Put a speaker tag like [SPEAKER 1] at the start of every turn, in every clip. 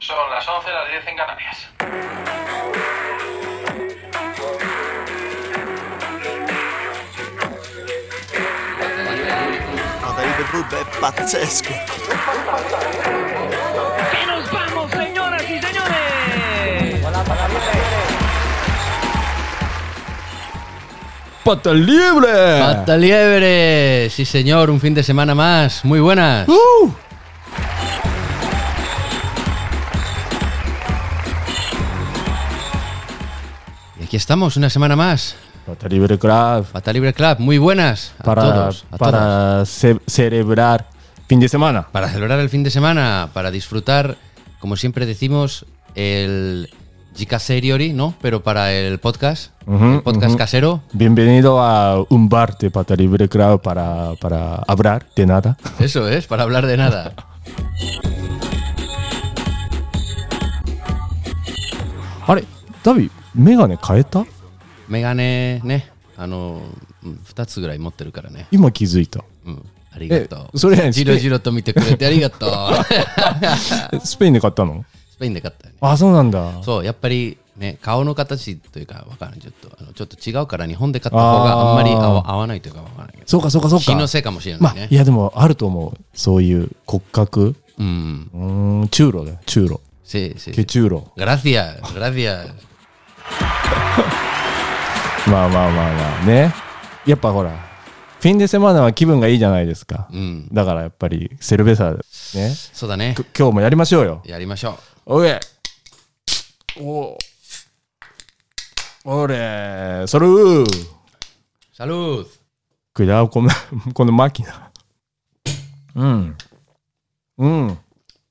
[SPEAKER 1] Son las 11, las 10 en Canarias.
[SPEAKER 2] Avrebbe Bubba è pazzesco.
[SPEAKER 3] ¡Y nos vamos, señoras y señores!
[SPEAKER 4] ¡Pata libre!
[SPEAKER 5] ¡Pata liebre! Sí, señor, un fin de semana más. Muy buenas.
[SPEAKER 4] ¡Uh!
[SPEAKER 5] Y aquí estamos, una semana más.
[SPEAKER 4] Pata libre craft.
[SPEAKER 5] Pata Libre Club, muy buenas. A
[SPEAKER 4] Para,
[SPEAKER 5] todos. A
[SPEAKER 4] para
[SPEAKER 5] todas.
[SPEAKER 4] ce- celebrar fin de semana.
[SPEAKER 5] Para celebrar el fin de semana, para disfrutar, como siempre decimos, el Jikaseriori, ¿no? Pero para el podcast,
[SPEAKER 4] Ujú,
[SPEAKER 5] el podcast
[SPEAKER 4] ujú.
[SPEAKER 5] casero.
[SPEAKER 4] Bienvenido a un bar de Pata libre craft para, para hablar de nada.
[SPEAKER 5] Eso es, para hablar de nada.
[SPEAKER 4] Vale, David, ¿megane caeta?
[SPEAKER 5] メガネね、あの、2つぐらい持ってるからね。
[SPEAKER 4] Ima kizuita.
[SPEAKER 5] うん、ありがとう。
[SPEAKER 4] えそれ
[SPEAKER 5] ジロジロと見てくれてありが とう。
[SPEAKER 4] スペインで買ったの
[SPEAKER 5] スペインで勝ったよね。
[SPEAKER 4] あ、そうなんだ。
[SPEAKER 5] そう、やっぱりね、顔の形というか、わからん、ちょっと、あのちょっと違うから、日本で買った方があんまり合わ合わないというか、わからんけど。
[SPEAKER 4] そうかそうかそうか。
[SPEAKER 5] 気のせいかもしれな
[SPEAKER 4] ま
[SPEAKER 5] い
[SPEAKER 4] あ、
[SPEAKER 5] ね
[SPEAKER 4] い。やでもあると思う。そういう骨格。
[SPEAKER 5] うん。
[SPEAKER 4] うーん、中路だよ。中路。
[SPEAKER 5] Sí, sí.
[SPEAKER 4] ケ中路。
[SPEAKER 5] Gracias, gracias.
[SPEAKER 4] まあまあまあまあね。やっぱほら、フィンデセマナは気分がいいじゃないですか。
[SPEAKER 5] うん。
[SPEAKER 4] だからやっぱりセルベサね。
[SPEAKER 5] そうだね
[SPEAKER 4] く。今日もやりましょうよ。
[SPEAKER 5] やりましょう。
[SPEAKER 4] おいおおれそれう
[SPEAKER 5] サルー
[SPEAKER 4] くだこの、 このマキナ。うん。うん。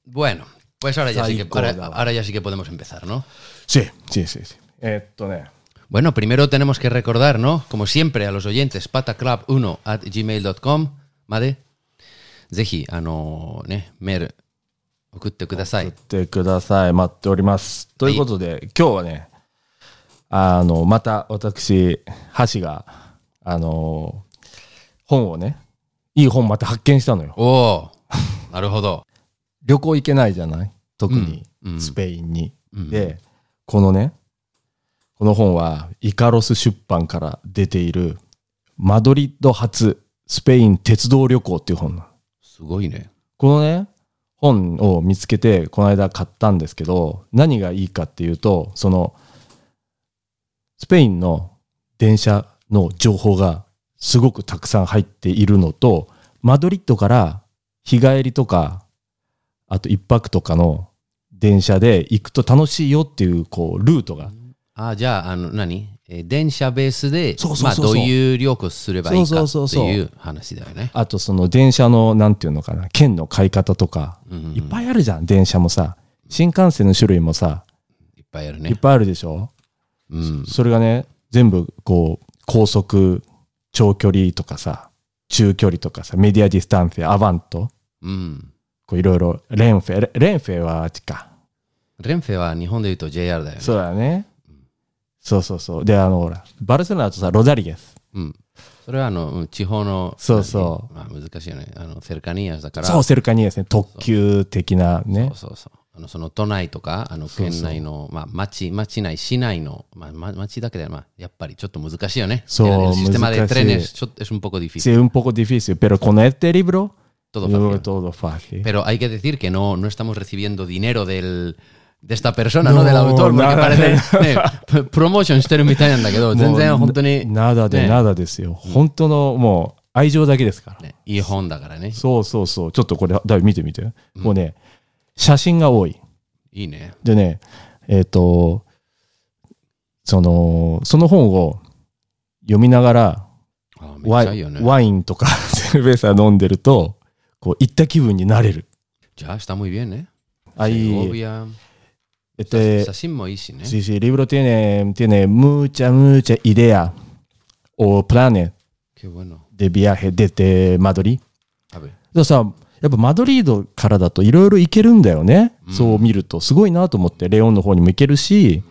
[SPEAKER 5] Bueno, pues ahora ya, sí que,
[SPEAKER 4] 最高だ
[SPEAKER 5] ahora,
[SPEAKER 4] わ
[SPEAKER 5] ahora ya sí que podemos empezar, ¿no?
[SPEAKER 4] Sí, sí, sí, sí. えっとね。
[SPEAKER 5] Bueno, primero tenemos que recordar, ¿no? Como siempre, a los oyentes, pataclub1 at gmail.com, ¿vale? ぜひ、あのね、メール送ってくださ
[SPEAKER 4] 送
[SPEAKER 5] い
[SPEAKER 4] っ。てください。待っております。ということで、今日はね、あの、また私、橋が、あの、本をね、いい本また発見したのよ。
[SPEAKER 5] おお、なるほど。
[SPEAKER 4] 旅行行けないじゃない特に
[SPEAKER 5] うんうん
[SPEAKER 4] スペインに。
[SPEAKER 5] うん
[SPEAKER 4] で、このね、この本は、イカロス出版から出ている、マドリッド発スペイン鉄道旅行っていう本なの。
[SPEAKER 5] すごいね。
[SPEAKER 4] このね、本を見つけて、この間買ったんですけど、何がいいかっていうと、その、スペインの電車の情報がすごくたくさん入っているのと、マドリッドから日帰りとか、あと一泊とかの電車で行くと楽しいよっていう、こう、ルートが。
[SPEAKER 5] あじゃあ、あの、何えー電車ベースで
[SPEAKER 4] そう、そ
[SPEAKER 5] ま
[SPEAKER 4] う
[SPEAKER 5] あ、
[SPEAKER 4] そうそ
[SPEAKER 5] ど
[SPEAKER 4] う
[SPEAKER 5] ういう旅行すればいいか
[SPEAKER 4] そうそ
[SPEAKER 5] っ
[SPEAKER 4] う
[SPEAKER 5] て
[SPEAKER 4] そうそう
[SPEAKER 5] いう話だよね。
[SPEAKER 4] あとその電車の、なんていうのかな、券の買い方とか、
[SPEAKER 5] うんうん
[SPEAKER 4] いっぱいあるじゃん、電車もさ。新幹線の種類もさ、
[SPEAKER 5] いっぱいある
[SPEAKER 4] いっ
[SPEAKER 5] ね。
[SPEAKER 4] ぱいあるでしょ
[SPEAKER 5] うん。
[SPEAKER 4] それがね、全部こう、高速、長距離とかさ、中距離とかさ、メディアディスタンフェ、アバント、
[SPEAKER 5] うん。
[SPEAKER 4] こういろいろ、レンフェ、レレンフェはあっちか。
[SPEAKER 5] レンフェは日本で言うと JR だよね。
[SPEAKER 4] そうだね。そうそうそう。で、あの、ほら、バルセロナだとさ、ロザリゲス。
[SPEAKER 5] うん。それは、あの、うん地方の、。
[SPEAKER 4] そうそう
[SPEAKER 5] まあ、難しいよね。あの、セルカニアだから。
[SPEAKER 4] そう、セルカニエスね、特急的なね。
[SPEAKER 5] そうそうそうあのその都内とか、あの
[SPEAKER 4] そうそう
[SPEAKER 5] 県内の、まあ、町、町内、市内の、まあ、ま町だけで、まあ、やっぱりちょっと難しいよね。
[SPEAKER 4] そう
[SPEAKER 5] システマで
[SPEAKER 4] 難しい
[SPEAKER 5] トレネス、ちょっと、es un poco difícil.
[SPEAKER 4] Sí, un poco difícil, pero con este libro,
[SPEAKER 5] Todo
[SPEAKER 4] yo creo que
[SPEAKER 5] fácil.
[SPEAKER 4] todo fácil.
[SPEAKER 5] Pero hay que decir que no, no estamos recibiendo dinero del, de esta persona, no, del autor, porque
[SPEAKER 4] nada,
[SPEAKER 5] parece. Ne, p- promotion してるみたいなんだけど、全然本当に、
[SPEAKER 4] nada で、
[SPEAKER 5] ね
[SPEAKER 4] nada ですよ。本当の、もう、愛情だけですから。
[SPEAKER 5] ねいい本だからね。
[SPEAKER 4] そうそうそう。ちょっとこれ、だいぶ見てみて。もうね、写真が多い。
[SPEAKER 5] いいね。
[SPEAKER 4] でね、えっ、と、その、その本を読みながら、
[SPEAKER 5] あめっ
[SPEAKER 4] ワ
[SPEAKER 5] ちゃいい
[SPEAKER 4] イ
[SPEAKER 5] よね。
[SPEAKER 4] ワインとか セルベーサー飲んでると、こう、行った気分になれる。
[SPEAKER 5] じゃあ、está muy bien, ね。
[SPEAKER 4] あ、いい。
[SPEAKER 5] Segovia
[SPEAKER 4] えっと、
[SPEAKER 5] 写真もいいしね。
[SPEAKER 4] sí, sí, el libro tiene, tiene mucha, mucha idea o planes
[SPEAKER 5] Qué bueno.
[SPEAKER 4] de viaje desde Madrid.
[SPEAKER 5] A ver.
[SPEAKER 4] でさ、やっぱマドリードからだといろいろ行けるんだよね。そう見ると。すごいなと思って、レオンの方にも行けるし、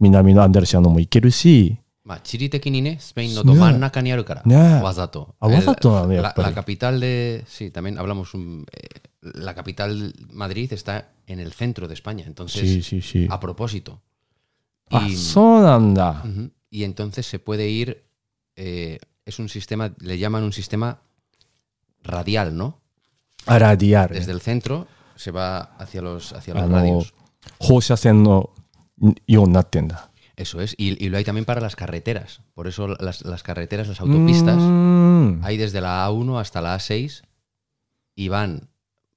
[SPEAKER 4] 南のアンダルシアのも行けるし、
[SPEAKER 5] まあ、地理的にね、スペインのど真ん中にあるから、
[SPEAKER 4] ねえ
[SPEAKER 5] わざと。
[SPEAKER 4] あわざとなのやっぱり
[SPEAKER 5] La, la capital de. Sí, también hablamos un, eh, la capital Madrid está en el centro de España, entonces
[SPEAKER 4] Sí, sí, sí.
[SPEAKER 5] a propósito.
[SPEAKER 4] Ah,
[SPEAKER 5] Y-
[SPEAKER 4] そうなんだ。
[SPEAKER 5] Ujú. Y entonces se puede ir. eh, es un sistema, le llaman un sistema radial, ¿no?
[SPEAKER 4] あら、ディアル。
[SPEAKER 5] Desde el centro se va hacia los, hacia los
[SPEAKER 4] あの
[SPEAKER 5] radios.、
[SPEAKER 4] 放射線のようになってんだ。
[SPEAKER 5] Eso es. Y, y lo hay también para las carreteras. Por eso las, las carreteras, las
[SPEAKER 4] うー
[SPEAKER 5] autopistas,
[SPEAKER 4] ん
[SPEAKER 5] hay desde la A1 hasta la A6 y van,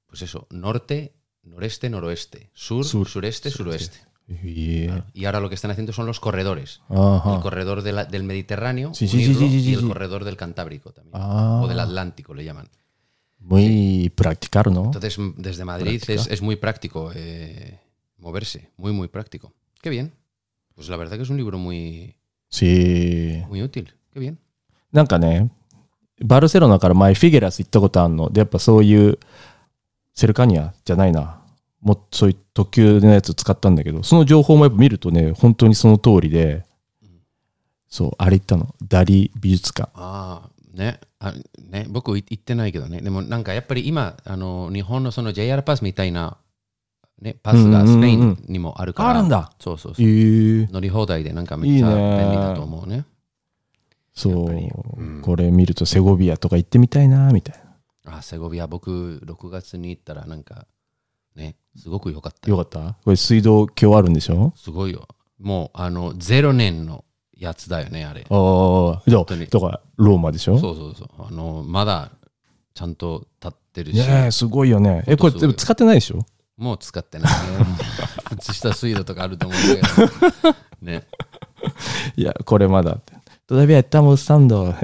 [SPEAKER 5] pues eso, norte, noreste, noroeste, sur,
[SPEAKER 4] Sur,
[SPEAKER 5] sureste, suroeste.
[SPEAKER 4] いえ
[SPEAKER 5] Y ahora lo que están haciendo son los corredores.
[SPEAKER 4] あーは
[SPEAKER 5] El corredor de la- del Mediterráneo
[SPEAKER 4] Sí, sí, sí,
[SPEAKER 5] unirlo,
[SPEAKER 4] sí, sí,
[SPEAKER 5] y el
[SPEAKER 4] sí.
[SPEAKER 5] corredor del Cantábrico también.
[SPEAKER 4] Ah.
[SPEAKER 5] O del Atlántico le llaman.
[SPEAKER 4] muy practicar, ¿no?
[SPEAKER 5] Entonces, m- desde Madrid
[SPEAKER 4] Práctica.
[SPEAKER 5] es, es muy práctico eh, moverse. Muy, muy práctico. Qué bien. Pues la verdad que es un libro muy,
[SPEAKER 4] Sí.
[SPEAKER 5] muy útil. Qué bien.
[SPEAKER 4] なんかね、バルセロナから前フィゲラス行ったことあるの。で、やっぱそういうセルカニアじゃないな。もうそういう特急のやつ使ったんだけど、その情報もやっぱ見るとね、本当にその通りで、そう、あれ行ったの。ダリ美術館。
[SPEAKER 5] ああ、ね。あね僕い行ってないけどね。でもなんかやっぱり今、あの日本のその JR パスみたいな、ね、パスがスペイ
[SPEAKER 4] うんうんうん
[SPEAKER 5] ンにもあるから。
[SPEAKER 4] あるんだ
[SPEAKER 5] そうそう
[SPEAKER 4] え
[SPEAKER 5] そう。
[SPEAKER 4] ー、
[SPEAKER 5] 乗り放題でなんかめっちゃ便利だと思うね。
[SPEAKER 4] そう、
[SPEAKER 5] やっぱりうん
[SPEAKER 4] これ見るとセゴビアとか行ってみたいな、みたいな。
[SPEAKER 5] あ、セゴビア、僕、6月に行ったら、なんか、ね、すごく良かった。
[SPEAKER 4] よかったこれ水道橋あるんでしょ
[SPEAKER 5] すごいよ。もう、あの、0年のやつだよね、あれ。
[SPEAKER 4] ああ、じゃあ、
[SPEAKER 5] 当に
[SPEAKER 4] だからローマでしょ
[SPEAKER 5] そうそうそう。あの、まだ、ちゃんと立ってるし、
[SPEAKER 4] ねえ、すごいよね。え、これ
[SPEAKER 5] 本当すごい
[SPEAKER 4] でも使ってないでしょ
[SPEAKER 5] もう使ってないね。靴下水道とかあると思うんだけど。ね。
[SPEAKER 4] いや、これまだ。Todavía estamos usando.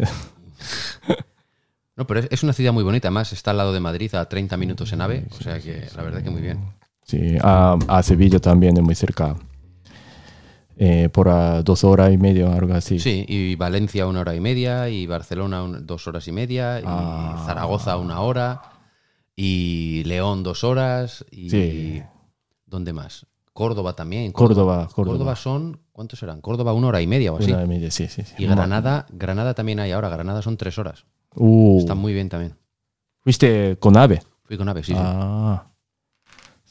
[SPEAKER 5] No, pero es, es una ciudad muy bonita. Además, está al lado de Madrid, a 30 minutos en AVE. O sea que, la verdad que muy bien.
[SPEAKER 4] Sí, a, a Sevilla también es muy cerca. Eh, por a dos horas y media o algo así.
[SPEAKER 5] Sí, y Valencia una hora y media, y Barcelona un- dos horas y media, y
[SPEAKER 4] Ah.
[SPEAKER 5] Zaragoza una hora, y León dos horas, y
[SPEAKER 4] Sí.
[SPEAKER 5] ¿dónde más? Córdoba también.
[SPEAKER 4] Córdoba, Córdoba.
[SPEAKER 5] Córdoba. son, ¿cuántos serán? Córdoba una hora y media o así.
[SPEAKER 4] Una y media, sí, sí. sí.
[SPEAKER 5] Y Granada, Granada también hay ahora, Granada son tres horas.
[SPEAKER 4] Uh,
[SPEAKER 5] Está muy bien también.
[SPEAKER 4] ¿Fuiste con AVE?
[SPEAKER 5] Fui con AVE, sí, sí.
[SPEAKER 4] Ah. ああ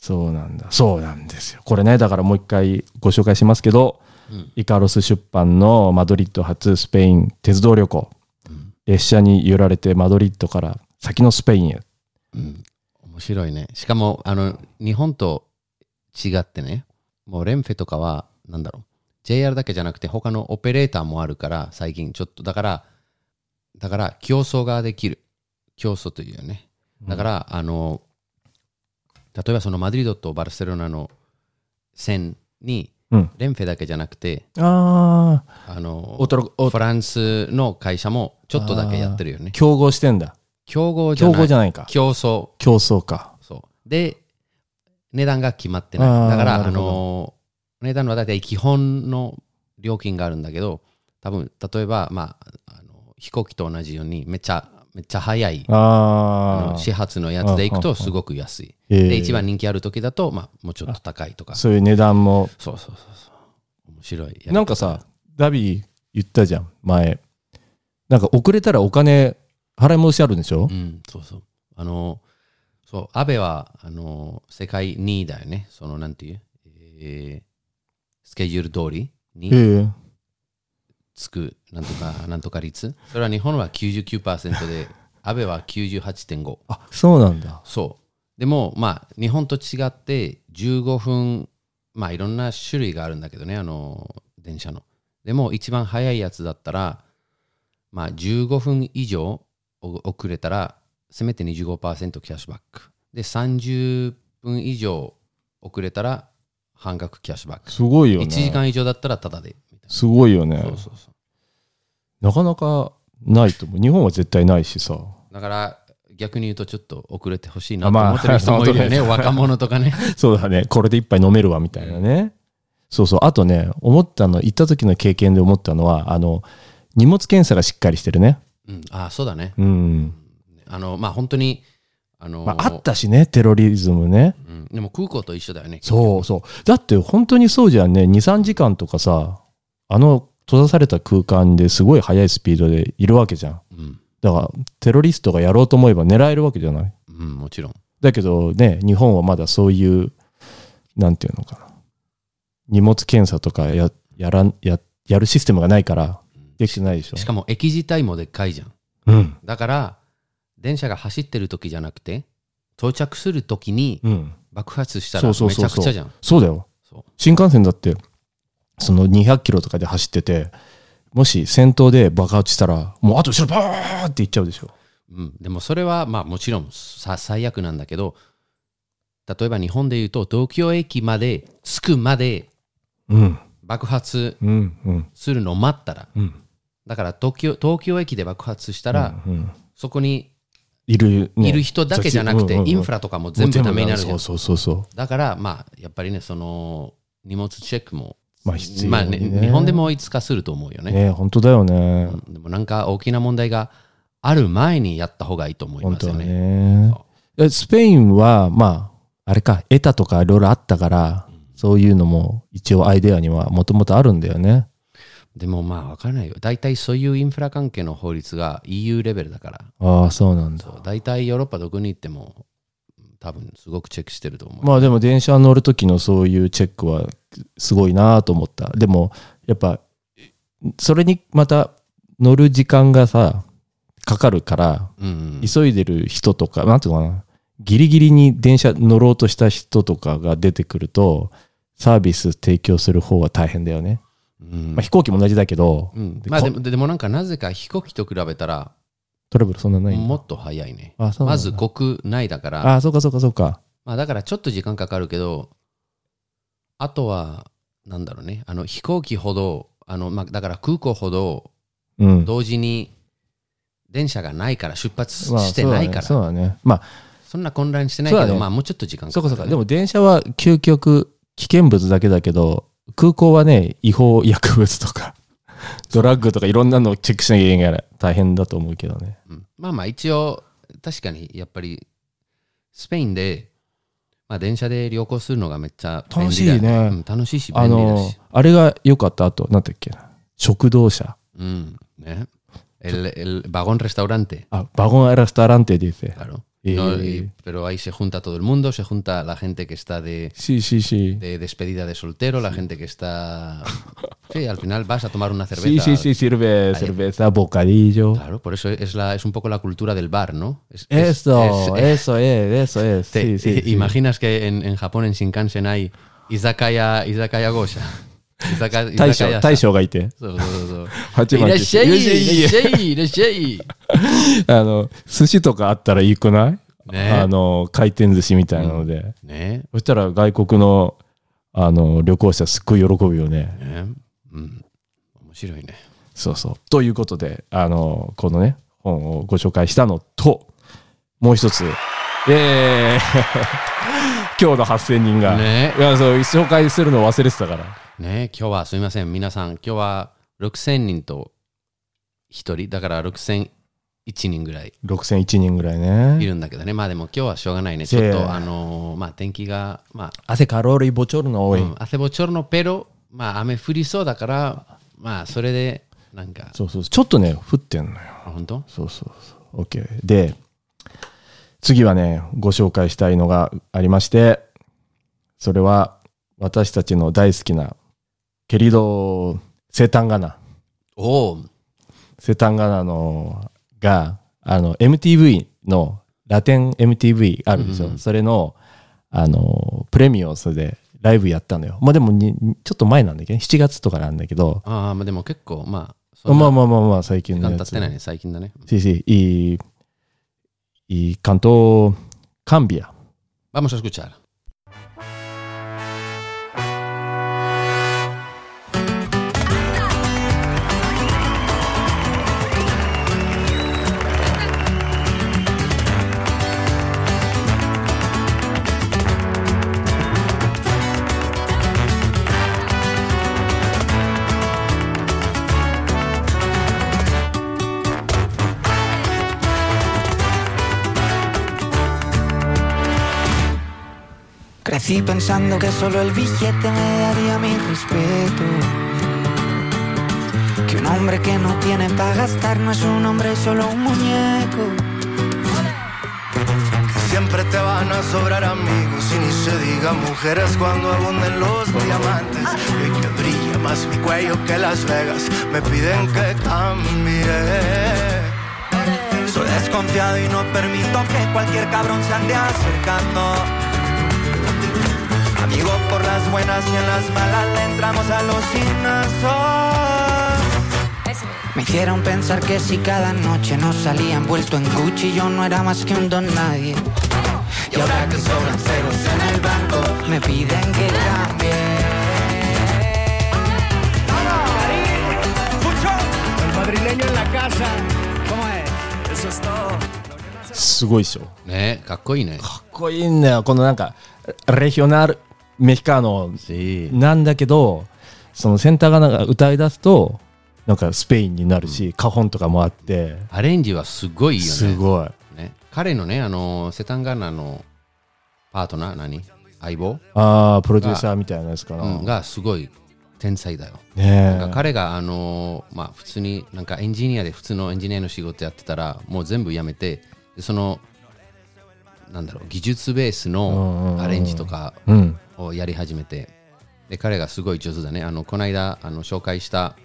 [SPEAKER 4] そうなんだそうなんですよこれねだからもう一回ご紹介しますけど、
[SPEAKER 5] うん
[SPEAKER 4] イカロス出版のマドリッド発スペイン鉄道旅行、列車に揺られてマドリッドから先のスペインへ
[SPEAKER 5] 面白いね。しかも、あの、日本と違ってね、もうレンフェとかは、なんだろう、JR だけじゃなくて、他のオペレーターもあるから、最近ちょっと、だから、だから、競争ができる。競争というよね。だから、あの、例えばそのマドリードとバルセロナの線に、
[SPEAKER 4] うん
[SPEAKER 5] レンフェだけじゃなくて、
[SPEAKER 4] ああ
[SPEAKER 5] あの、
[SPEAKER 4] おとろお
[SPEAKER 5] フランスの会社もちょっとだけやってるよね。
[SPEAKER 4] 競合してんだ
[SPEAKER 5] 競合じゃ
[SPEAKER 4] 競
[SPEAKER 5] ない。
[SPEAKER 4] 合じゃないか
[SPEAKER 5] 競争。
[SPEAKER 4] 競争か
[SPEAKER 5] そう。で、値段が決まってな
[SPEAKER 4] あ
[SPEAKER 5] い。
[SPEAKER 4] ー
[SPEAKER 5] だから、
[SPEAKER 4] な
[SPEAKER 5] あ
[SPEAKER 4] るほど
[SPEAKER 5] の、値段はだいたい基本の料金があるんだけど、多分、例えば、まあ、あの飛行機と同じように、めっちゃ、めっちゃ早い、あ
[SPEAKER 4] あ
[SPEAKER 5] の
[SPEAKER 4] あ
[SPEAKER 5] 始発のやつで行く
[SPEAKER 4] あ
[SPEAKER 5] と
[SPEAKER 4] あ
[SPEAKER 5] すごく安い。
[SPEAKER 4] へえ
[SPEAKER 5] で、一番人気ある時だと、まあ、もうちょっと高いとか。
[SPEAKER 4] そ
[SPEAKER 5] そう
[SPEAKER 4] ういう値段も
[SPEAKER 5] そうそうそう。面白いやり方。
[SPEAKER 4] なんかさダビー言ったじゃん前なんか遅れたらお金払い戻しあるんでしょ、
[SPEAKER 5] うん、そうそう。あの、そう、安倍は、あの、世界2位だよね。その、なんていう、えースケジュール通りに。
[SPEAKER 4] ええ
[SPEAKER 5] つくなんとかなんとか率それは日本は99%で安倍は98.5
[SPEAKER 4] あそうなんだ
[SPEAKER 5] そうでもまあ日本と違って15分まあいろんな種類があるんだけどねあの電車のでも一番早いやつだったらまあ15分以上お遅れたらせめて25%キャッシュバックで30分以上遅れたら半額キャッシュバック
[SPEAKER 4] すごいよね
[SPEAKER 5] 1時間以上だったらタダです
[SPEAKER 4] ごいよね
[SPEAKER 5] そうそうそう
[SPEAKER 4] なかなかないと思う日本は絶対ないしさ
[SPEAKER 5] だから逆に言うとちょっと遅れてほしいなと思ってる人もいるよね、
[SPEAKER 4] まあ
[SPEAKER 5] 若者とかね。
[SPEAKER 4] そうだねこれで一杯飲めるわみたいなねそうそうあとね思ったの行った時の経験で思ったのはあの荷物検査がしっかりしてるね
[SPEAKER 5] うん、あそうだね。
[SPEAKER 4] うん、
[SPEAKER 5] あのまあ本当にあの、
[SPEAKER 4] まあ、あったしねテロリズムね
[SPEAKER 5] うんでも空港と一緒だよね。
[SPEAKER 4] そうそうだって本当にそうじゃんね23時間とかさあの閉ざされた空間ですごい速いスピードでいるわけじゃん
[SPEAKER 5] うん、
[SPEAKER 4] だからテロリストがやろうと思えば狙えるわけじゃない
[SPEAKER 5] うん、もちろん。
[SPEAKER 4] だけどね、日本はまだそういう、なんていうのかな。荷物検査とかややらんややるシステムがないから、できてないでしょ。
[SPEAKER 5] しかも駅自体もでっかいじゃん。
[SPEAKER 4] うん。
[SPEAKER 5] だから、電車が走ってる時じゃなくて、到着する時に
[SPEAKER 4] うん。
[SPEAKER 5] 爆発したら
[SPEAKER 4] そう
[SPEAKER 5] めち
[SPEAKER 4] そうそ
[SPEAKER 5] ゃ
[SPEAKER 4] う
[SPEAKER 5] く
[SPEAKER 4] そう。
[SPEAKER 5] ちゃじゃん。
[SPEAKER 4] そうだよ。
[SPEAKER 5] そう
[SPEAKER 4] 新幹線だって、その200キロとかで走ってて、もし先頭で爆発したら、もうあと後ろバーって行っちゃうでしょ。
[SPEAKER 5] うん、でもそれはまあもちろんさ最悪なんだけど例えば日本で言うと東京駅まで着くまで
[SPEAKER 4] うん。
[SPEAKER 5] 爆発
[SPEAKER 4] うん。うん。
[SPEAKER 5] するのを待ったら
[SPEAKER 4] うん。
[SPEAKER 5] だから東京東京駅で爆発したら、
[SPEAKER 4] うん、
[SPEAKER 5] そこに
[SPEAKER 4] いる、ね
[SPEAKER 5] いる人だけじゃなくて、
[SPEAKER 4] うんうんうん
[SPEAKER 5] インフラとかも全部ダメになるじゃ
[SPEAKER 4] そ
[SPEAKER 5] ん
[SPEAKER 4] うそうそうそう。
[SPEAKER 5] だからまあやっぱりねその荷物チェックも
[SPEAKER 4] まあ必要
[SPEAKER 5] まあね
[SPEAKER 4] ね
[SPEAKER 5] 日本でもいつかすると思うよね
[SPEAKER 4] ね本当だよね。
[SPEAKER 5] うんでもなんか大きな問題がある前にやった方がいいと思い
[SPEAKER 4] 本
[SPEAKER 5] ます
[SPEAKER 4] 当は
[SPEAKER 5] よね
[SPEAKER 4] ね
[SPEAKER 5] そ。
[SPEAKER 4] えスペインは、まあ、あれか、エタとかいろいろあったから、そういうのも一応アイデアにはもともとあるんだよね。
[SPEAKER 5] でもまあ分からないよ。大体そういうインフラ関係の法律が EU レベルだから、
[SPEAKER 4] ああ、そうなんだ。
[SPEAKER 5] そう大体ヨーロッパどこに行っても多分すごくチェックしてると思う。
[SPEAKER 4] まあでも電車乗る時のそういうチェックはすごいなと思った。でもやっぱそれにまた乗る時間がさかかるから
[SPEAKER 5] うんうん、
[SPEAKER 4] 急いでる人とかなんていうのかなギリギリに電車乗ろうとした人とかが出てくるとサービス提供する方は大変だよね。
[SPEAKER 5] うん
[SPEAKER 4] まあ、飛行機も同じだけど、
[SPEAKER 5] うん
[SPEAKER 4] で
[SPEAKER 5] まあ
[SPEAKER 4] こ
[SPEAKER 5] でもでもなんかなぜか飛行機と比べたら
[SPEAKER 4] トラブルそんなない
[SPEAKER 5] もっと早いね。
[SPEAKER 4] あそうなん
[SPEAKER 5] ま
[SPEAKER 4] だ
[SPEAKER 5] ず国内だから、
[SPEAKER 4] ああそうかそうかそうか。
[SPEAKER 5] まあだからちょっと時間かかるけど、あとはなんだろうね、あの飛行機ほど、あのまあ、だから空港ほど
[SPEAKER 4] うん。
[SPEAKER 5] 同時に電車がないから出発
[SPEAKER 4] まあ
[SPEAKER 5] してないから。
[SPEAKER 4] そうだね。そうだねまあ
[SPEAKER 5] そんな混乱してないけど、
[SPEAKER 4] そうだね
[SPEAKER 5] まあもうちょっと時間
[SPEAKER 4] そうかそうか。で
[SPEAKER 5] も、
[SPEAKER 4] も電車は究極危険物だけだけど、空港はね、違法薬物と か、ドラッグとかいろんなのをチェックしなきゃいけないから大変だと思うけどね。
[SPEAKER 5] うんまあまあ一応、確かにやっぱりスペインで、まあ電車で旅行するのがめっちゃ便利だよ
[SPEAKER 4] 楽しいね
[SPEAKER 5] うん楽しいし便
[SPEAKER 4] あ
[SPEAKER 5] 利だ
[SPEAKER 4] の
[SPEAKER 5] し。、
[SPEAKER 4] あれが良かった後、なんだっけな。食堂車。
[SPEAKER 5] うん。ね。El, ¿eh? el vagón restaurante.
[SPEAKER 4] あ、バゴンアラスタランテで言って。
[SPEAKER 5] Claro.
[SPEAKER 4] Eh.
[SPEAKER 5] No, y- pero ahí se junta todo el mundo, se junta la gente que está de,
[SPEAKER 4] ししし。
[SPEAKER 5] de despedida de soltero, la gente que está... Sí, al final vas a tomar una
[SPEAKER 4] し
[SPEAKER 5] cerveza.
[SPEAKER 4] しし、シルベ、シルベサ、ボカディジョ。
[SPEAKER 5] Claro, por eso es, la, es un poco la cultura del bar, ¿no? Es, es-
[SPEAKER 4] エソ、
[SPEAKER 5] es-
[SPEAKER 4] エソ、エソ、エソ。
[SPEAKER 5] Te-
[SPEAKER 4] し
[SPEAKER 5] te
[SPEAKER 4] し。
[SPEAKER 5] imaginas que en, en Japón, en Shinkansen, hay izakaya, izakaya gosha. Izaka-
[SPEAKER 4] 大
[SPEAKER 5] izakaya-sa.
[SPEAKER 4] 将、大将がいて。
[SPEAKER 5] そうそうそう
[SPEAKER 4] 八
[SPEAKER 5] い
[SPEAKER 4] 番
[SPEAKER 5] らっ
[SPEAKER 4] で
[SPEAKER 5] しゃい、
[SPEAKER 4] いらっ
[SPEAKER 5] いら
[SPEAKER 4] し
[SPEAKER 5] っしゃい、いらっしゃ い。
[SPEAKER 4] あの、寿司とかあったらいいくない
[SPEAKER 5] ね
[SPEAKER 4] あの、回転寿司みたいなので。
[SPEAKER 5] ね
[SPEAKER 4] そしたら外国のあの旅行者すっごい喜ぶよね。
[SPEAKER 5] ねうん。面白いね。
[SPEAKER 4] そうそう。ということで、あの、このね、本をご紹介したのと、もう一つ、えー、 今日の8000人が、
[SPEAKER 5] ね
[SPEAKER 4] いやそう、紹介するの忘れてたから。
[SPEAKER 5] ね今日はすみません、皆さん、今日は6000人と1人、だから6001人ぐらい
[SPEAKER 4] 6001人ぐらい
[SPEAKER 5] い
[SPEAKER 4] ね。
[SPEAKER 5] るんだけどね。まあでも今日はしょうがないね。ちょっ
[SPEAKER 4] せ
[SPEAKER 5] と、
[SPEAKER 4] や
[SPEAKER 5] あのーまあ天気が、まあ、
[SPEAKER 4] 汗カロリーボチョルの多い。
[SPEAKER 5] うん、汗ぼちょろのペロ、まあ雨降りそうだから、まあそれで、なんか、
[SPEAKER 4] そうそう。ちょっとね、降ってんのよ。
[SPEAKER 5] あ本当
[SPEAKER 4] そうそうそう。OK。で、次はね、ご紹介したいのがありまして、それは私たちの大好きな、ケリド、セタンガナ。
[SPEAKER 5] おお、
[SPEAKER 4] セタンガナの、が、あの、MTV の、ラテン MTV あるでしょ。それの、あの、プレミオスでライブやったのよ。まあでもに、ちょっと前なんだけどね、7月とかなんだけど、
[SPEAKER 5] ああ、まあでも結構、まあ、そん
[SPEAKER 4] まあ
[SPEAKER 5] な
[SPEAKER 4] まあまあまあ、最近
[SPEAKER 5] 時
[SPEAKER 4] の
[SPEAKER 5] 間
[SPEAKER 4] や
[SPEAKER 5] 経
[SPEAKER 4] つ。
[SPEAKER 5] ってないね、最近だね。
[SPEAKER 4] Sí, sí. Y, y cantó Cambia.
[SPEAKER 5] Vamos a escuchar.
[SPEAKER 6] Crecí pensando que solo el billete me daría mi respeto. Que un hombre que no tiene para gastar no es un hombre, es solo un muñeco.
[SPEAKER 2] Siempre te va a
[SPEAKER 7] van a sobrar amigos y ni se diga mujeres cuando abunden los diamantes. Y que brilla más mi cuello que Las Vegas, me piden que cambie.
[SPEAKER 6] Soy desconfiado y no permito que cualquier cabrón se ande acercando. Amigo, por las buenas y en las malas le entramos a los gimnasios. Me hicieron pensar que si cada noche no salía envuelto en Gucci, yo no era más que un don nadie. Y ahora que sobran ceros en el banco, me piden que cambie.
[SPEAKER 3] El madrileño en la casa. ¿Cómo es?
[SPEAKER 4] すごいでしょ。
[SPEAKER 5] ねかっこいいね。
[SPEAKER 4] かっこいいんだよ。このなんか、レヒオナル・メヒカーノなんだけど、そのセンターがなんか歌い出すと、なんかスペインになるし、カホンとかもあって、
[SPEAKER 5] アレンジはすごいよね。
[SPEAKER 4] すごい。
[SPEAKER 5] ね彼のね、あの、セタンガーナのパートナー、何相棒、
[SPEAKER 4] ああ、プロデューサーみたいなやつかな。
[SPEAKER 5] うん、がすごい天才だよ。
[SPEAKER 4] ね
[SPEAKER 5] な
[SPEAKER 4] え
[SPEAKER 5] んか彼が、あのまあ、普通になんかエンジニアで普通のエンジニアの仕事やってたらもう全部やめてでそのなんだろう技術ベース
[SPEAKER 4] うんうんうん
[SPEAKER 5] のアレンジとか
[SPEAKER 4] うん。
[SPEAKER 5] をやり始めてで彼がすごい上手だねあのこの間あの紹介した、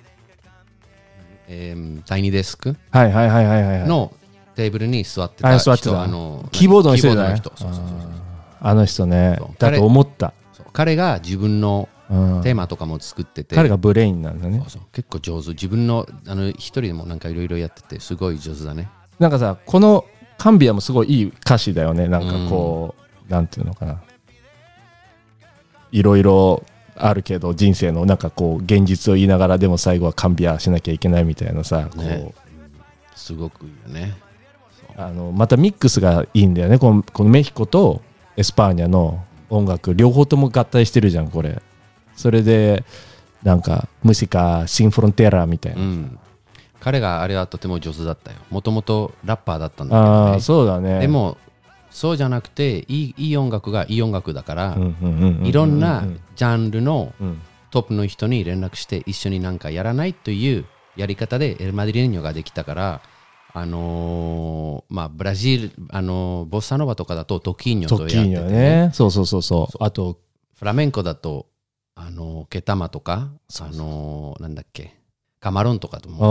[SPEAKER 5] えー第2デスク
[SPEAKER 4] はいはいはいはいはいはい。
[SPEAKER 5] のテーブルに座って
[SPEAKER 4] あ
[SPEAKER 5] た人
[SPEAKER 4] 座ってた
[SPEAKER 5] あの
[SPEAKER 4] キーボードの人
[SPEAKER 5] キ
[SPEAKER 4] じゃない
[SPEAKER 5] 人そうそうそうそう
[SPEAKER 4] あの人ね
[SPEAKER 5] そう。
[SPEAKER 4] だと思った。
[SPEAKER 5] そう彼が自分の
[SPEAKER 4] うん
[SPEAKER 5] テーマとかも作ってて、
[SPEAKER 4] 彼がブレインなんだね
[SPEAKER 5] そう。そう結構上手自分のあの一人でもなんかいろいろやっててすごい上手だね
[SPEAKER 4] なんかさ、このカンビアもすごいいい歌詞だよね。なんかこう、なんていうのかな。いろいろあるけど、人生のなんかこう、現実を言いながら、でも最後はカンビアしなきゃいけないみたいなさ、こう、
[SPEAKER 5] ねすごくいいよね
[SPEAKER 4] あのまたミックスがいいんだよねこのこのメヒコとエスパーニャの音楽両方とも合体してるじゃんこれそれでなんか「ムシカ・シンフロンテラ」みたいな、
[SPEAKER 5] うん彼があれはとても上手だったよもともとラッパーだったんだけど
[SPEAKER 4] あ
[SPEAKER 5] ね
[SPEAKER 4] あそうだね
[SPEAKER 5] でもそうじゃなくていいいい音楽がいい音楽だから、
[SPEAKER 4] うんうんうんうん
[SPEAKER 5] いろんなジャンルの
[SPEAKER 4] ん
[SPEAKER 5] トップの人に連絡して一緒になんかやらないというやり方でエルマディレーニョができたからあのーまあブラジルあのーボッサノバとかだとトキーニョ
[SPEAKER 4] ト
[SPEAKER 5] と
[SPEAKER 4] ッ
[SPEAKER 5] やっ
[SPEAKER 4] キ
[SPEAKER 5] て
[SPEAKER 4] ーニ
[SPEAKER 5] て、
[SPEAKER 4] ョねそうそうそうそうあと
[SPEAKER 5] フラメンコだとあのーケタマとかあのーなんだっけカマロンとかとも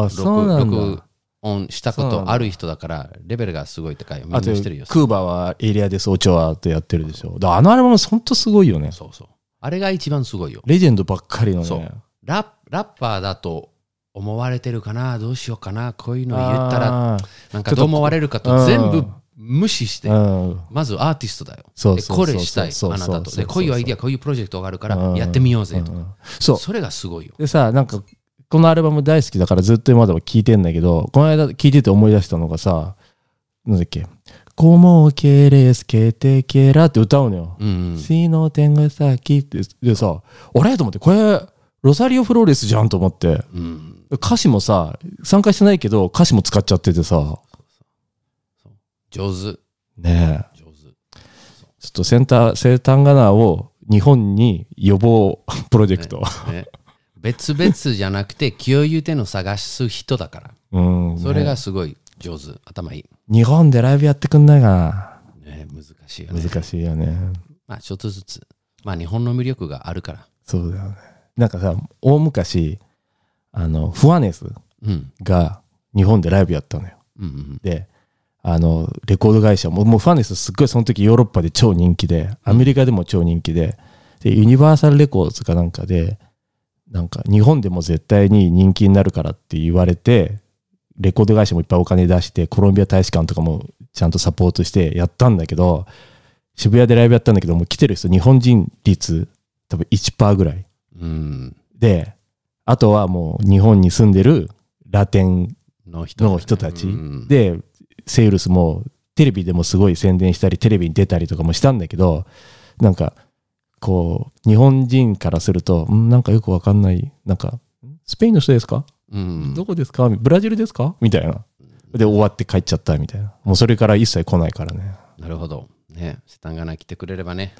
[SPEAKER 4] あー
[SPEAKER 5] 録
[SPEAKER 4] そうなんだ
[SPEAKER 5] 録音したこ
[SPEAKER 4] そうなん
[SPEAKER 5] と
[SPEAKER 4] だ
[SPEAKER 5] ある人だからレベルがすごい高いよみん
[SPEAKER 4] あ
[SPEAKER 5] な
[SPEAKER 4] とク
[SPEAKER 5] してるよ
[SPEAKER 4] ーバーは「エリアで早朝は」ってやってるでしょだからあのアルバムほんとすごいよね
[SPEAKER 5] そうそうあれが一番すごいよ
[SPEAKER 4] レジェンドばっかりのね
[SPEAKER 5] そうラッラッパーだと思われてるかなどうしようかなこういうの言ったら
[SPEAKER 4] あー
[SPEAKER 5] なんかどう思われるか
[SPEAKER 4] ちょ
[SPEAKER 5] と
[SPEAKER 4] っと
[SPEAKER 5] 全
[SPEAKER 4] う
[SPEAKER 5] 部
[SPEAKER 4] ん
[SPEAKER 5] 無視して
[SPEAKER 4] うん
[SPEAKER 5] まずアーティストだよ
[SPEAKER 4] そう
[SPEAKER 5] で
[SPEAKER 4] そう
[SPEAKER 5] これしたい
[SPEAKER 4] そうそう
[SPEAKER 5] あなた
[SPEAKER 4] そうそう
[SPEAKER 5] と
[SPEAKER 4] そう
[SPEAKER 5] でこういうアイディアこういうプロジェクトがあるから
[SPEAKER 4] うん
[SPEAKER 5] やってみようぜ
[SPEAKER 4] うんう
[SPEAKER 5] と
[SPEAKER 4] んそう
[SPEAKER 5] それがすごいよ
[SPEAKER 4] でさなんかこのアルバム大好きだからずっと今でも聴いてんだけどこの間聴いてて思い出したのがさなんだっけ「コモケレスケテケラ」って歌うのよ
[SPEAKER 5] うん
[SPEAKER 4] 「
[SPEAKER 5] うん
[SPEAKER 4] シノテングサキ」ってでさあれと思ってこれロサリオ・フローレスじゃんと思って
[SPEAKER 5] うん
[SPEAKER 4] 歌詞もさ参加してないけど歌詞も使っちゃっててさ
[SPEAKER 5] 上手
[SPEAKER 4] ねえ
[SPEAKER 5] 上手
[SPEAKER 4] ちょっとセンター生誕ガナーを日本に予防プロジェクト、
[SPEAKER 5] ね別々じゃなくて共有点の探す人だから
[SPEAKER 4] うんね
[SPEAKER 5] それがすごい上手頭いい
[SPEAKER 4] 日本でライブやってくんないか
[SPEAKER 5] ね難しいよ
[SPEAKER 4] な
[SPEAKER 5] ね
[SPEAKER 4] 難しいよね
[SPEAKER 5] まあちょっとずつまあ日本の魅力があるから
[SPEAKER 4] そうだよね。なんかさ、大昔、あの、フアネス
[SPEAKER 5] うん
[SPEAKER 4] が日本でライブやったのよ。
[SPEAKER 5] うんうん
[SPEAKER 4] で、あの、レコード会社も、もうフアネスすっごいその時ヨーロッパで超人気で、アメリカでも超人気で、で、ユニバーサルレコーズかなんかで、なんか日本でも絶対に人気になるからって言われて、レコード会社もいっぱいお金出して、コロンビア大使館とかもちゃんとサポートしてやったんだけど、渋谷でライブやったんだけど、もう来てる人、日本人率多分1%ぐらい。
[SPEAKER 5] うん
[SPEAKER 4] で、あとはもう日本に住んでるラテン
[SPEAKER 5] の人
[SPEAKER 4] の人たち。
[SPEAKER 5] うん
[SPEAKER 4] で、セウルスもテレビでもすごい宣伝したり、テレビに出たりとかもしたんだけど、なんか、こう、日本人からすると、んなんかよくわかんない、なんか、スペインの人ですか、
[SPEAKER 5] うん
[SPEAKER 4] どこですかブラジルですかみたいな。で、終わって帰っちゃったみたいな。もうそれから一切来ないからね。
[SPEAKER 5] なるほど。ね、セタンガナ来てくれればね。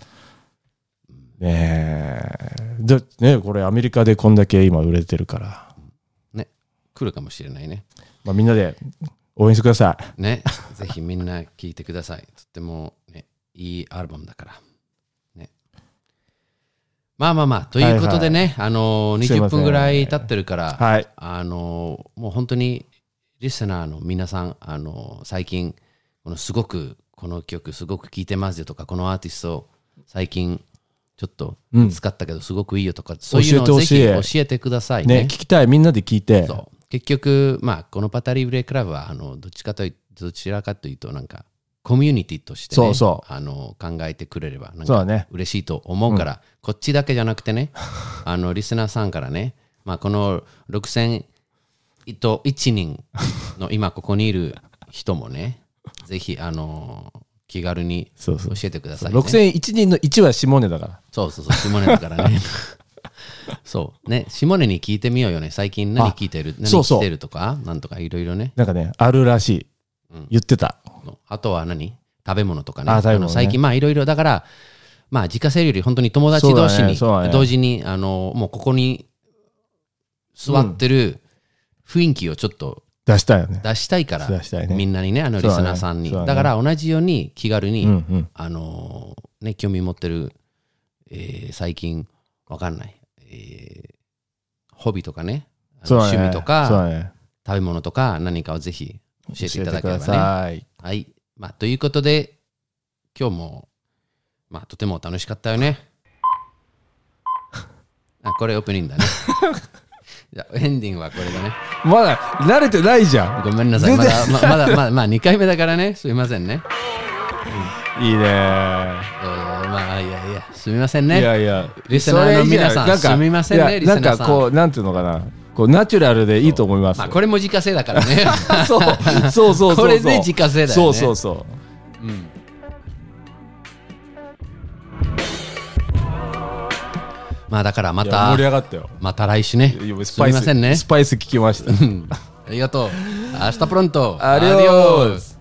[SPEAKER 4] ねえ。で、ねこれアメリカでこんだけ今売れてるから、
[SPEAKER 5] ね、来るかもしれないね。
[SPEAKER 4] まあみんなで応援してください。
[SPEAKER 5] ね、ぜひみんな聞いてください。とってもね、いいアルバムだから。ね。まあまあまあ、ということでね、あのー
[SPEAKER 4] すいま
[SPEAKER 5] 20
[SPEAKER 4] せん
[SPEAKER 5] 分ぐらい経ってるから、
[SPEAKER 4] はい
[SPEAKER 5] あのーもう本当に、リスナーの皆さん、あのー最近、このすごく、この曲すごく聴いてますよとか、このアーティスト、最近、ちょっと
[SPEAKER 4] うん
[SPEAKER 5] 使ったけど、すごくいいよとか、そういうの
[SPEAKER 4] 教
[SPEAKER 5] を
[SPEAKER 4] え
[SPEAKER 5] ぜ
[SPEAKER 4] て
[SPEAKER 5] ひ教
[SPEAKER 4] 教え
[SPEAKER 5] えてください
[SPEAKER 4] ね、聞きたい、みんなで聞いて。
[SPEAKER 5] そう結局、まあ、このパタリブレクラブはあのどっちかといどちらかというとなんかコミュニティとして、ね、
[SPEAKER 4] そうそう
[SPEAKER 5] あの考えてくれればなん
[SPEAKER 4] そうだ
[SPEAKER 5] か
[SPEAKER 4] ね
[SPEAKER 5] 嬉しいと思うからこっちだけじゃなくてね あのリスナーさんからね、まあ、この6000と1人の今ここにいる人もねぜひあの気軽に
[SPEAKER 4] そ
[SPEAKER 5] 教
[SPEAKER 4] うそう
[SPEAKER 5] えてください、ね。
[SPEAKER 4] 6001人の1は下根だから。
[SPEAKER 5] そうそうそう、下根だか らね。そう。ね、下根に聞いてみようよね。最近何
[SPEAKER 4] あ
[SPEAKER 5] 聞いてる何
[SPEAKER 4] そうそう
[SPEAKER 5] 聞いてるとか、なんとかいろいろね。
[SPEAKER 4] なんかね、あるらしい。言ってた。
[SPEAKER 5] あとは何食べ物とかね。
[SPEAKER 4] あ食べ物ね
[SPEAKER 5] の最近、まあいろいろ、だから、まあ自家製料理、本当に友達
[SPEAKER 4] そうだ
[SPEAKER 5] 同
[SPEAKER 4] ね
[SPEAKER 5] 士に、
[SPEAKER 4] そうだね
[SPEAKER 5] 同時に、あの、もうここに座ってる雰囲気をちょっと
[SPEAKER 4] 出したよね。
[SPEAKER 5] 出したいから、
[SPEAKER 4] 出したいね
[SPEAKER 5] みんなにね、あのリスナーさんに。
[SPEAKER 4] そうだね
[SPEAKER 5] だ
[SPEAKER 4] そうだね
[SPEAKER 5] から同じように気軽に、
[SPEAKER 4] うんうん。
[SPEAKER 5] あのーね、興味持ってる、えー最近、わかんない、えーホビーとかね、あ
[SPEAKER 4] そ
[SPEAKER 5] の
[SPEAKER 4] うだね
[SPEAKER 5] 趣
[SPEAKER 4] そ
[SPEAKER 5] 味と
[SPEAKER 4] う
[SPEAKER 5] か、
[SPEAKER 4] だね。
[SPEAKER 5] 食べ物とか、何かをぜひ教えていただけれ
[SPEAKER 4] 教えてく
[SPEAKER 5] ばね。
[SPEAKER 4] さい。
[SPEAKER 5] はい。まあ、ということで、今日も、まあ、とても楽しかったよ ね。あ、これオープニング だね。じゃあエンディングはこれだね。
[SPEAKER 4] まだ慣れてないじゃ
[SPEAKER 5] ごめんなさい。まだ、ままだ、ままあ、2回目だからね。すいませんね。
[SPEAKER 4] ん。いいね。い
[SPEAKER 5] えーまあ、いやいや、すみませんね。
[SPEAKER 4] やいや。
[SPEAKER 5] リスナーの皆さん
[SPEAKER 4] それいいじゃ
[SPEAKER 5] すみませんね
[SPEAKER 4] いや
[SPEAKER 5] リスナーさん
[SPEAKER 4] なんかこう、なんていうのかな。こう、ナチュラルでいいと思います
[SPEAKER 5] まあ、。これも自家製だからね。
[SPEAKER 4] そうそうそうそうそう。
[SPEAKER 5] これで自家製だよね
[SPEAKER 4] そうそうそう。
[SPEAKER 5] まあ、だからま
[SPEAKER 4] いや盛
[SPEAKER 5] た
[SPEAKER 4] り、上がったよ。
[SPEAKER 5] また来週ね。す
[SPEAKER 4] いやスパ
[SPEAKER 5] み
[SPEAKER 4] イス
[SPEAKER 5] ませんね
[SPEAKER 4] ス。パイス聞きました。
[SPEAKER 5] ありがとう。明日プロント。
[SPEAKER 4] アディオス